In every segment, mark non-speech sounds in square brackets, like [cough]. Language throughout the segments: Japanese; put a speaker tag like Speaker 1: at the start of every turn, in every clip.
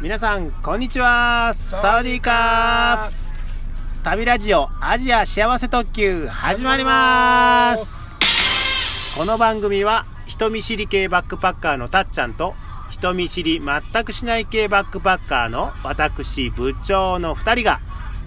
Speaker 1: 皆さんこんにちはサワディーカー旅ラジオアジア幸せ特急始まりますこの番組は人見知り系バックパッカーのたっちゃんと人見知り全くしない系バックパッカーの私部長の2人が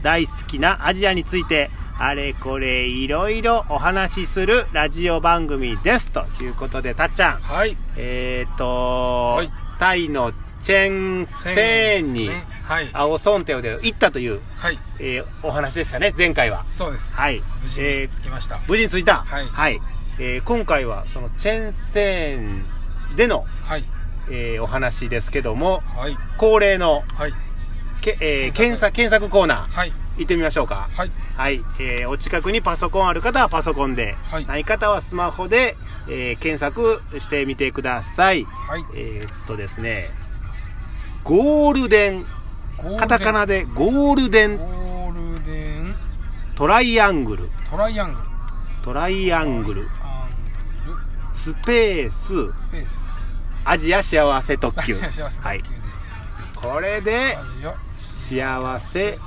Speaker 1: 大好きなアジアについてあれこれいろいろお話しするラジオ番組ですということでたっちゃん
Speaker 2: はい。
Speaker 1: えーと、
Speaker 2: はい
Speaker 1: タイのチェンセーンに、
Speaker 2: ねはい。
Speaker 1: アオソンテオで行ったという、
Speaker 2: はい。
Speaker 1: えーお話でしたね、前回は。
Speaker 2: そうです。
Speaker 1: はい。
Speaker 2: 無事
Speaker 1: え
Speaker 2: に着きました。
Speaker 1: ー無事に着いた。
Speaker 2: はい
Speaker 1: えー今回は、そのチェンセーンでの、
Speaker 2: はい。
Speaker 1: えーお話ですけども、
Speaker 2: はい。
Speaker 1: 恒例の、
Speaker 2: はい。
Speaker 1: けえー検
Speaker 2: 検
Speaker 1: 索、
Speaker 2: 索
Speaker 1: 検索コーナー、
Speaker 2: はい。
Speaker 1: 行ってみましょうか。
Speaker 2: はい。
Speaker 1: はい、えーお近くにパソコンある方はパソコンで、
Speaker 2: はい
Speaker 1: ない方はスマホで、えー検索してみてください。
Speaker 2: はい。
Speaker 1: えーっとですね、ゴールデン、
Speaker 2: ゴールデン
Speaker 1: カタカ。ナでゴールデ
Speaker 2: ゴ
Speaker 1: ン
Speaker 2: ールデン
Speaker 1: トライアングル、
Speaker 2: トライアングル。
Speaker 1: トライアングル、
Speaker 2: アングル
Speaker 1: スペース、
Speaker 2: スペース。
Speaker 1: アジア幸せ特
Speaker 2: [laughs]
Speaker 1: 急。
Speaker 2: 幸せ特急で。
Speaker 1: はい。これで、
Speaker 2: アジア
Speaker 1: 幸せ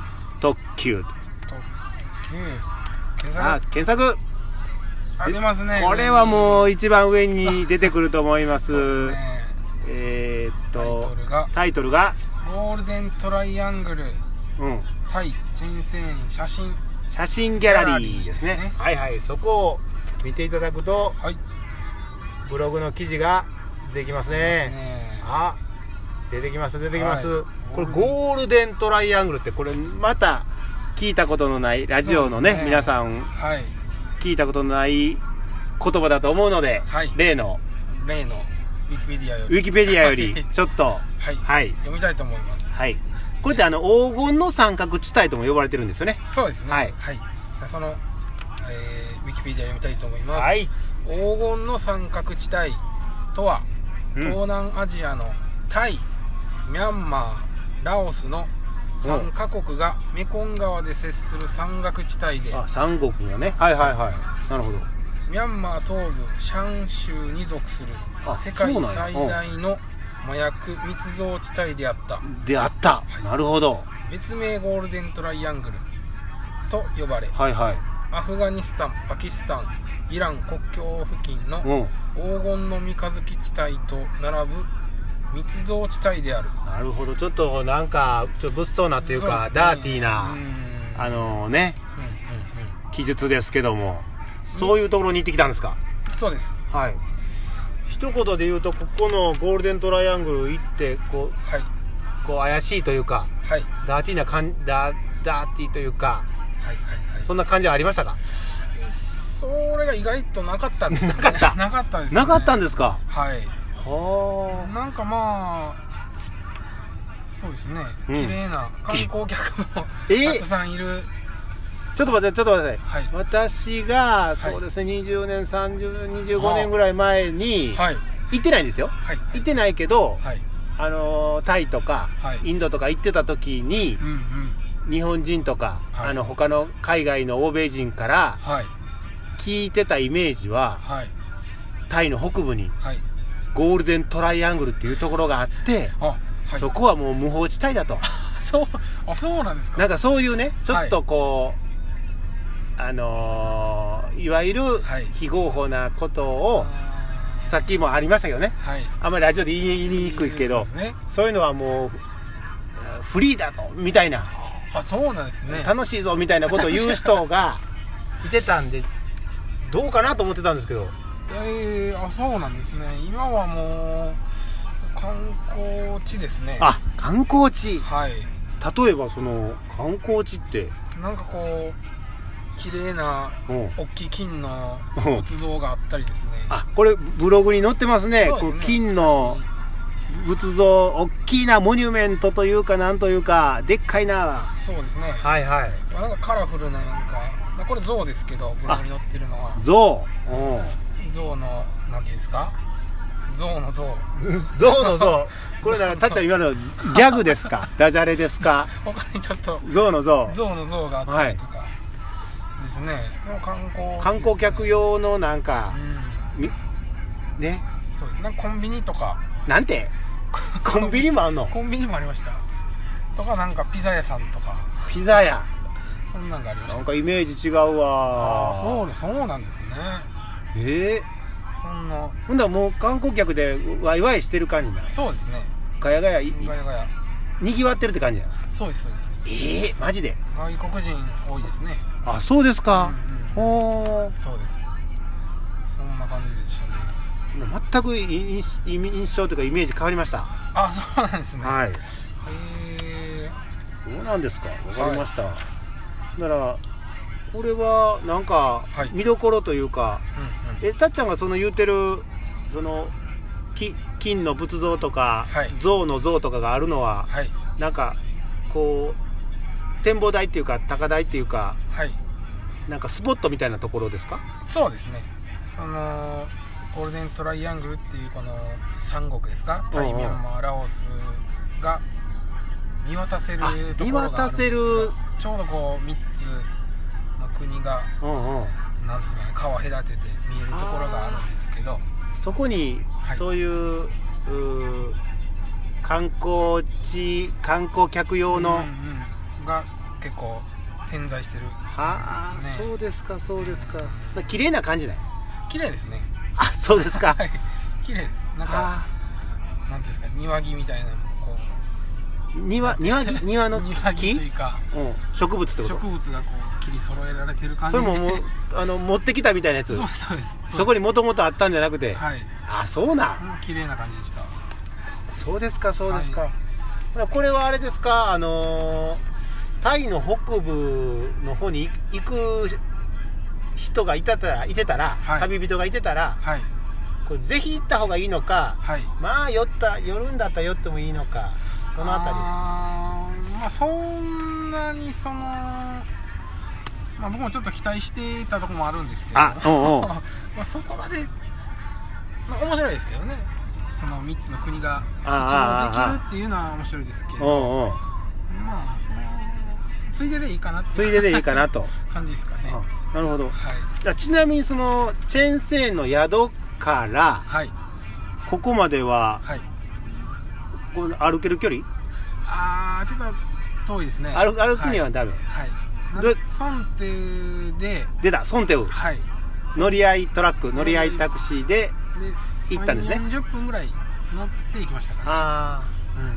Speaker 1: 特急。
Speaker 2: 特急。検索
Speaker 1: あ、検索。
Speaker 2: ありますね。
Speaker 1: これはもう一番上に出てくると思いま
Speaker 2: そう
Speaker 1: す
Speaker 2: で。すね。
Speaker 1: えーっ
Speaker 2: タイ
Speaker 1: と
Speaker 2: ト、ルが
Speaker 1: タイトルが、
Speaker 2: ゴールデントライアングル
Speaker 1: うん、
Speaker 2: タイ人生写真。
Speaker 1: 写真ギャラリーですね。
Speaker 2: ギャラリーですね
Speaker 1: はいはい、そこを見ていただくと、
Speaker 2: はい。
Speaker 1: ブログの記事が出てきますね
Speaker 2: ね
Speaker 1: あ出てきます出てきます、
Speaker 2: はい
Speaker 1: これゴールデントライアングルってこれまた聞いたことのないラジオのね
Speaker 2: そうですね
Speaker 1: 皆さん
Speaker 2: はい。
Speaker 1: 聞いたことのない言葉だと思うので、
Speaker 2: はい
Speaker 1: 例の
Speaker 2: 例のウィキペディアよ
Speaker 1: ウ
Speaker 2: り。
Speaker 1: ィキペディアよ
Speaker 2: は
Speaker 1: り
Speaker 2: い
Speaker 1: ちょっと
Speaker 2: [laughs] はい、
Speaker 1: はい
Speaker 2: 読みたいと思います
Speaker 1: はいこれってあの黄金の三角地帯とも呼ばれてるんですよね
Speaker 2: そうですね
Speaker 1: はい
Speaker 2: その、えーウィキペディア読みたいと思います、
Speaker 1: はい
Speaker 2: 黄金の三角地帯とは、
Speaker 1: うん
Speaker 2: 東南アジアのタイミャンマーラオスの3カ国がメコン川で接する山岳地帯で
Speaker 1: あ三国がねはいはいはいなるほど
Speaker 2: ミャンマー東部シャン州に属する
Speaker 1: あ
Speaker 2: 世界
Speaker 1: そうなんや
Speaker 2: 最大の麻薬密造地帯であった
Speaker 1: であったなるほど
Speaker 2: 別名ゴールデントライアングルと呼ばれ
Speaker 1: はいはい
Speaker 2: アフガニスタンパキスタンイラン国境付近の
Speaker 1: うん
Speaker 2: 黄金の三日月地帯と並ぶ密造地帯である
Speaker 1: なるほどちょっとなんかちょっと物騒なというかダーティーな、あ
Speaker 2: の
Speaker 1: のね記述ですけどもそういうところに行ってきたんですか
Speaker 2: そうです
Speaker 1: はい一言で言うとここのゴールデントライアングル行ってこう
Speaker 2: はい
Speaker 1: こう怪しいというか
Speaker 2: はいはい
Speaker 1: ダーティーな感じダダーティーというか
Speaker 2: はいはい
Speaker 1: そんな感じはありましたか
Speaker 2: それが意外となかったんですよね
Speaker 1: なかった
Speaker 2: [laughs] なかったですよ
Speaker 1: な
Speaker 2: ね
Speaker 1: かったんですか
Speaker 2: はい
Speaker 1: は
Speaker 2: なんかまあそうですね
Speaker 1: う
Speaker 2: 綺
Speaker 1: ん
Speaker 2: 麗な観光客も
Speaker 1: え
Speaker 2: たくさんいる
Speaker 1: あちょっと待ってちょっと待って
Speaker 2: はい
Speaker 1: 私が
Speaker 2: い
Speaker 1: そうですね20年3025年ぐらい前に
Speaker 2: はい
Speaker 1: 行ってないんですよ
Speaker 2: はい
Speaker 1: 行ってないけど
Speaker 2: はい
Speaker 1: あのータイとか、
Speaker 2: はい
Speaker 1: インドとか行ってた時に
Speaker 2: うんうん
Speaker 1: 日本人とか、
Speaker 2: はい
Speaker 1: あの他の海外の欧米人から
Speaker 2: はい
Speaker 1: 聞いてたイメージは
Speaker 2: はい
Speaker 1: タイの北部に
Speaker 2: はい
Speaker 1: ゴールデントライアングルっていうところがあって、
Speaker 2: あ、はい、
Speaker 1: そこはもう無法地帯だ
Speaker 2: [laughs]
Speaker 1: と
Speaker 2: そうあそうなんですか
Speaker 1: なんかそういうねちょっとこう、い、あのーいわゆる
Speaker 2: はい
Speaker 1: 非合法なことを、
Speaker 2: あー
Speaker 1: さっきもありましたけどね
Speaker 2: はい
Speaker 1: あんまりラジオで言い言いにくいけど
Speaker 2: そうですね
Speaker 1: そういうのはもうフリーだとみたいな
Speaker 2: あそうなんですね
Speaker 1: 楽しいぞみたいなことを言う人
Speaker 2: [laughs]
Speaker 1: がいてたんでどうかなと思ってたんですけど
Speaker 2: えー、あそうなんですね今はもう観光地ですね
Speaker 1: あ観光地
Speaker 2: はい
Speaker 1: 例えばその観光地って
Speaker 2: なんかこう綺麗な
Speaker 1: うん
Speaker 2: 大きい金の
Speaker 1: うん
Speaker 2: 仏像があったりですね
Speaker 1: あこれブログに載ってますね
Speaker 2: そうですね
Speaker 1: こう金の仏像大きいなモニュメントというかなんというかでっかいな
Speaker 2: そうですね
Speaker 1: はいはい
Speaker 2: なんかカラフルななんか、まあ、これ象ですけどブログに載ってるのは
Speaker 1: 象うん
Speaker 2: 象のなんていうんですか象の象 [laughs]
Speaker 1: 象の象これだからたっちゃん今のギャグです
Speaker 2: [laughs]
Speaker 1: かダジャレですか
Speaker 2: 他にちょっと
Speaker 1: 象の象
Speaker 2: 象の像があったりとかですね、もう観光地ですね
Speaker 1: 観光客用のなん
Speaker 2: う
Speaker 1: か
Speaker 2: ん
Speaker 1: みね
Speaker 2: そうですねコンビニとか
Speaker 1: なんてコンビニもあんの
Speaker 2: コンビニもありましたとかなんかピザ屋さんとか
Speaker 1: ピザ屋
Speaker 2: そんなんがありまし
Speaker 1: なん
Speaker 2: た
Speaker 1: かイメージ違う
Speaker 2: あ
Speaker 1: わ
Speaker 2: あそうそうなんですね
Speaker 1: ええ
Speaker 2: そんな
Speaker 1: ほんだらもう観光客でワイワイしてる感じだ
Speaker 2: そうですね
Speaker 1: ガヤガヤい
Speaker 2: ガヤガヤ
Speaker 1: にぎわってるって感じだ
Speaker 2: そうですそうです
Speaker 1: ええマジで
Speaker 2: 外国人多いですね
Speaker 1: あそうですか
Speaker 2: うんうん
Speaker 1: おー
Speaker 2: そうですそんな感じでしたね
Speaker 1: 全く印印象というかイメージ変わりました
Speaker 2: あそうなんですね
Speaker 1: はい
Speaker 2: へえ
Speaker 1: そうなんですかわかりました、ならこれはなんか
Speaker 2: はい
Speaker 1: 見どころというか、
Speaker 2: うんう
Speaker 1: え
Speaker 2: ん
Speaker 1: たっちゃんがその言うてるそのき金の仏像とか、
Speaker 2: はい
Speaker 1: 像の像とかがあるのは
Speaker 2: はい
Speaker 1: なんかこう展望台っていうか高台っていうか
Speaker 2: はい
Speaker 1: なんかスポットみたいなところですか
Speaker 2: そうですねそのゴールデントライアングルっていうこの三国ですかタ
Speaker 1: う
Speaker 2: イ
Speaker 1: んうん
Speaker 2: ミャンマーラオスが見渡せる
Speaker 1: あ
Speaker 2: ところがあるんですけ
Speaker 1: 見
Speaker 2: ど
Speaker 1: 渡
Speaker 2: ちょうどこう3つの国が
Speaker 1: うんうん
Speaker 2: なんですかね川隔てて見えるところがあるんですけど
Speaker 1: そこに
Speaker 2: はい
Speaker 1: そういう,、うー観光地観光客用の、
Speaker 2: うんうんが結構点在してる
Speaker 1: は
Speaker 2: 感
Speaker 1: あ、
Speaker 2: じですね
Speaker 1: そうですかそうですかまあ綺麗な感じだよ
Speaker 2: 綺麗ですね
Speaker 1: あそうですか、
Speaker 2: はい綺麗ですなんか
Speaker 1: あ
Speaker 2: なんていうんですか庭木みたいなのもこ
Speaker 1: ー庭庭木
Speaker 2: う
Speaker 1: 庭の
Speaker 2: 庭木
Speaker 1: 木
Speaker 2: というか
Speaker 1: うん、植物ってこ
Speaker 2: 植
Speaker 1: と
Speaker 2: 物がこう切り揃えられてる感じ
Speaker 1: それももう
Speaker 2: で
Speaker 1: あの持ってきたみたいなやつ
Speaker 2: そうですそうです
Speaker 1: そこ
Speaker 2: に
Speaker 1: にもともとあったんじゃなくて、
Speaker 2: はい
Speaker 1: あそうなん
Speaker 2: うん綺麗な感じでした
Speaker 1: そうですかそうですか、
Speaker 2: はい
Speaker 1: だからこれはあれですかあのータイの北部の方に行く人がいたたらいてたら、
Speaker 2: はい
Speaker 1: 旅人がいてたら
Speaker 2: はい
Speaker 1: これぜひ行った方がいいのか
Speaker 2: はい
Speaker 1: まあ寄った寄るんだったら寄ってもいいのかそのあたり
Speaker 2: あーまあそんなにそのまあ僕もちょっと期待してたところもあるんですけど
Speaker 1: あおうおう
Speaker 2: [laughs] まあそこまで、まあ、面白いですけどねその3つの国が一
Speaker 1: あー
Speaker 2: 望できるっていうのは面白いですけど
Speaker 1: おうおう
Speaker 2: まあそのついででいいかなって
Speaker 1: ついででいいかなと
Speaker 2: [laughs] 感じですかね
Speaker 1: あなるほど
Speaker 2: はい
Speaker 1: あちなみにそのチェンセイの宿から
Speaker 2: はい
Speaker 1: ここまでは
Speaker 2: はい
Speaker 1: この歩ける距離
Speaker 2: あーちょっと遠いですね
Speaker 1: 歩歩くにはダメ、
Speaker 2: はい、
Speaker 1: ど
Speaker 2: はい、算定で
Speaker 1: 出たソンテウ
Speaker 2: はい
Speaker 1: 乗り合いトラック乗り合いタクシーで
Speaker 2: で
Speaker 1: 行ったんですね
Speaker 2: 3 40分ぐらい乗っていきましたか、ね
Speaker 1: あ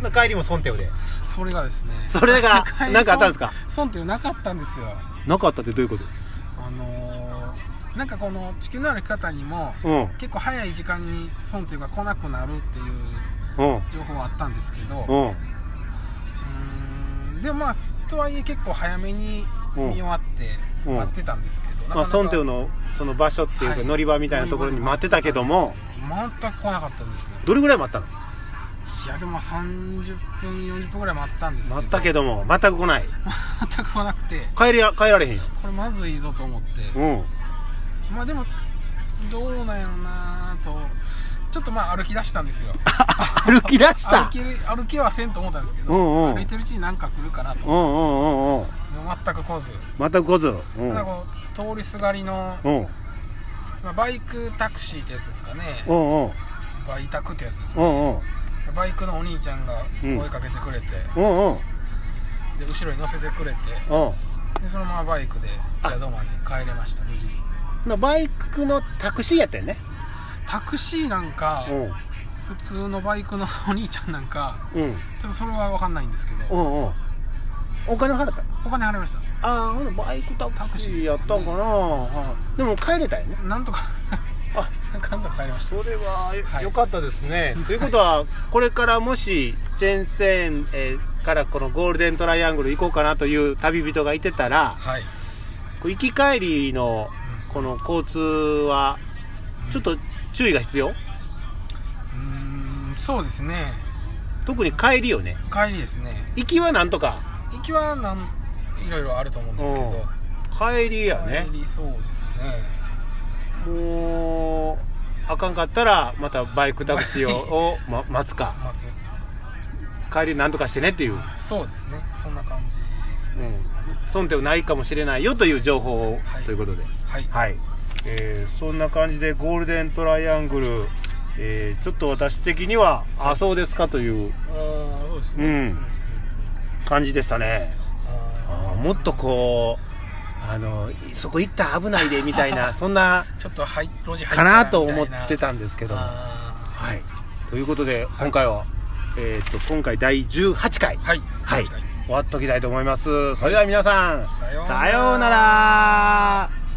Speaker 2: うん
Speaker 1: あ帰りもソンテウで
Speaker 2: それがですね
Speaker 1: それが
Speaker 2: 帰り
Speaker 1: なんかあったんですか
Speaker 2: 損損っていうのなかったんですよ
Speaker 1: なかったってどういうこ
Speaker 2: あのーなんかこの地球の歩き方にも
Speaker 1: とうん
Speaker 2: 結構早い時間に損っていうが来なくなるっていう
Speaker 1: うん
Speaker 2: 情報はあったんですけどう
Speaker 1: うん
Speaker 2: ーんでもまあとはいえ結構早めに見終わって
Speaker 1: うん
Speaker 2: 待ってたんですけど、なかなか
Speaker 1: まあ、ソンテウのその場所っていう
Speaker 2: は
Speaker 1: か
Speaker 2: い
Speaker 1: 乗り場みたいなところに待ってたけども
Speaker 2: 全く来なかったんですね
Speaker 1: どれぐらい待ったの
Speaker 2: いやでもまあ30分40分ぐらい待ったんですけど
Speaker 1: 待ったけども全く来ない
Speaker 2: 全く来なくて
Speaker 1: 帰りや帰られへんよ
Speaker 2: これまずいぞと思って
Speaker 1: うん
Speaker 2: まあでもどうなんやろなとちょっとまあ歩き出したんですよ
Speaker 1: [laughs] 歩き出した
Speaker 2: 歩ける歩けはせんと思ったんですけど、
Speaker 1: うんうん
Speaker 2: 歩いてるうちに何か来るかなと
Speaker 1: うんうんうんうん
Speaker 2: 全く来ず、
Speaker 1: 全く来ずうん
Speaker 2: なんかこう通りすがりの、
Speaker 1: うん
Speaker 2: まあ、バイクタクシーってやつですかね
Speaker 1: うんうん
Speaker 2: バイタクってやつです
Speaker 1: う
Speaker 2: ね
Speaker 1: んうん
Speaker 2: バイクのお兄ちゃんが声かけてくれて、
Speaker 1: うんうん
Speaker 2: で後ろに乗せてくれて
Speaker 1: うん
Speaker 2: でそのままバイクで
Speaker 1: あ
Speaker 2: 宿まで帰れました無事
Speaker 1: のバイクのタクシーやったよね
Speaker 2: タクシーなんか
Speaker 1: うん
Speaker 2: 普通のバイクの [laughs] お兄ちゃんなんか
Speaker 1: うん
Speaker 2: ちょっとそれは分かんないんですけ
Speaker 1: う
Speaker 2: ど
Speaker 1: んうんお金払った
Speaker 2: お金払いまし
Speaker 1: ああほなバイクタクシーやったんかな、はいでも帰れたよね
Speaker 2: たなんとか
Speaker 1: あ
Speaker 2: [laughs] なんとか帰りました
Speaker 1: それはよ
Speaker 2: はい
Speaker 1: 良かったです [laughs] ね、ということはこれからもしチェンセン、えーからこのゴールデントライアングル行こうかなという旅人がいてたら
Speaker 2: はい
Speaker 1: こう行き帰りのこの交通はちょっと注意が必要
Speaker 2: うーんそうですね
Speaker 1: 特に帰りよね
Speaker 2: 帰りですね
Speaker 1: 行きはなんとか
Speaker 2: 行きはなんいろいろあると思うんですけど
Speaker 1: 帰りやね
Speaker 2: 帰りそうですね
Speaker 1: もうあかんかったらまたバイクタクシーをを、ま、待つか
Speaker 2: まず
Speaker 1: 帰りなんとかしてねっていう、
Speaker 2: そうですねそんな感じです
Speaker 1: う
Speaker 2: ね、
Speaker 1: ん、損点はないかもしれないよという情報を、
Speaker 2: はい
Speaker 1: ということで
Speaker 2: はい
Speaker 1: はい、えーそんな感じでゴールデントライアングル、えーちょっと私的にはあそうですかという
Speaker 2: ああそうですね
Speaker 1: うん
Speaker 2: うん
Speaker 1: 感じでしたね
Speaker 2: あ
Speaker 1: あーもっとこうあのそこ行ったら危ないでみたいなそんな
Speaker 2: ーちょっとはい路地入った
Speaker 1: かなと思ってたんですけ
Speaker 2: け
Speaker 1: ども
Speaker 2: は
Speaker 1: はいということで今回は、えー、と今回第18回
Speaker 2: い
Speaker 1: はい終わっときたいと思いますそれでは皆さん
Speaker 2: さようなら
Speaker 1: さようなら